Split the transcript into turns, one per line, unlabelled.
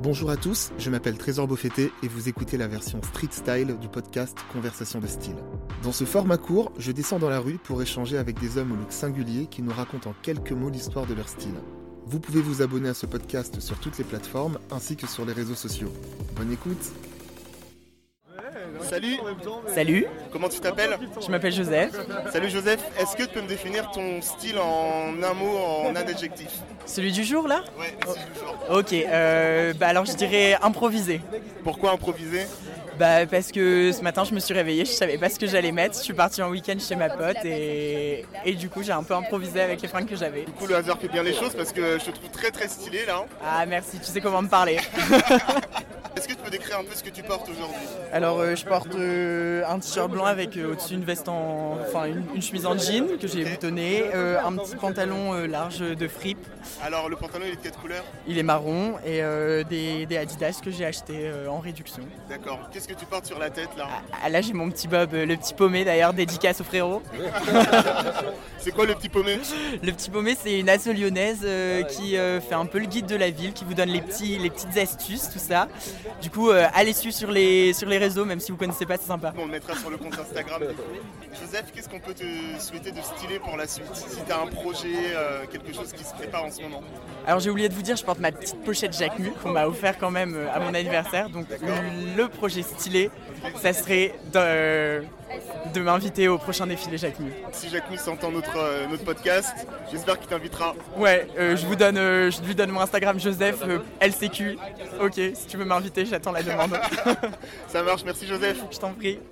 Bonjour à tous, je m'appelle Trésor Beaufetté et vous écoutez la version street style du podcast Conversation de style. Dans ce format court, je descends dans la rue pour échanger avec des hommes au look singulier qui nous racontent en quelques mots l'histoire de leur style. Vous pouvez vous abonner à ce podcast sur toutes les plateformes ainsi que sur les réseaux sociaux. Bonne écoute Salut
Salut,
Comment tu t'appelles
je m'appelle Joseph.
Salut Joseph, est-ce que tu peux me définir ton style en un mot, en un adjectif
Celui du jour là
Ouais,
Ok, euh, bah alors je dirais improvisé.
Pourquoi improviser
Bah parce que ce matin je me suis réveillée, je savais pas ce que j'allais mettre, je suis partie en week-end chez ma pote et, et du coup j'ai un peu improvisé avec les fringues que j'avais.
Du coup, le hasard fait bien les choses parce que je te trouve très très stylé là. hein.
Ah merci, tu sais comment me parler.
Est-ce que tu peux décrire un peu ce que tu portes aujourd'hui
Alors euh, je porte euh, un t-shirt blanc avec euh, au-dessus une veste en... Enfin une, une chemise en jean que j'ai boutonnée, euh, un petit pantalon euh, large de fripe,
Alors, le pantalon, il est de quelle couleur
il est marron et euh, des, des Adidas que j'ai acheté en réduction.
D'accord. Qu'est-ce que tu portes sur la tête là
Ah, Ah, là j'ai mon petit Bob, euh, le petit paumé d'ailleurs, dédicace au frérot.
C'est quoi le petit paumé
Le petit paumé c'est une asso lyonnaise euh, qui euh, fait un peu le guide de la ville, qui vous donne les, petits, les petites astuces, tout ça. Du coup euh, allez suivre sur les, sur les réseaux, même si vous connaissez pas, c'est sympa.
On le mettra sur le compte Instagram. du coup. Joseph, qu'est-ce qu'on peut te souhaiter de stylé pour la suite Si t'as un projet, euh, quelque chose qui se prépare en ce moment.
Alors j'ai oublié de vous dire, je porte ma petite pochette Jacquemus qu'on m'a offert quand même euh, à mon anniversaire. Donc le projet stylé, ça serait de, de m'inviter au prochain défilé Jacquemus.
Si Jacques entend notre, euh, notre podcast, j'espère qu'il t'invitera.
Ouais, euh, je vous donne, euh, je lui donne mon Instagram Joseph euh, LCQ. Ok, si tu veux m'inviter, j'attends la demande.
Ça marche, merci Joseph.
je t'en prie.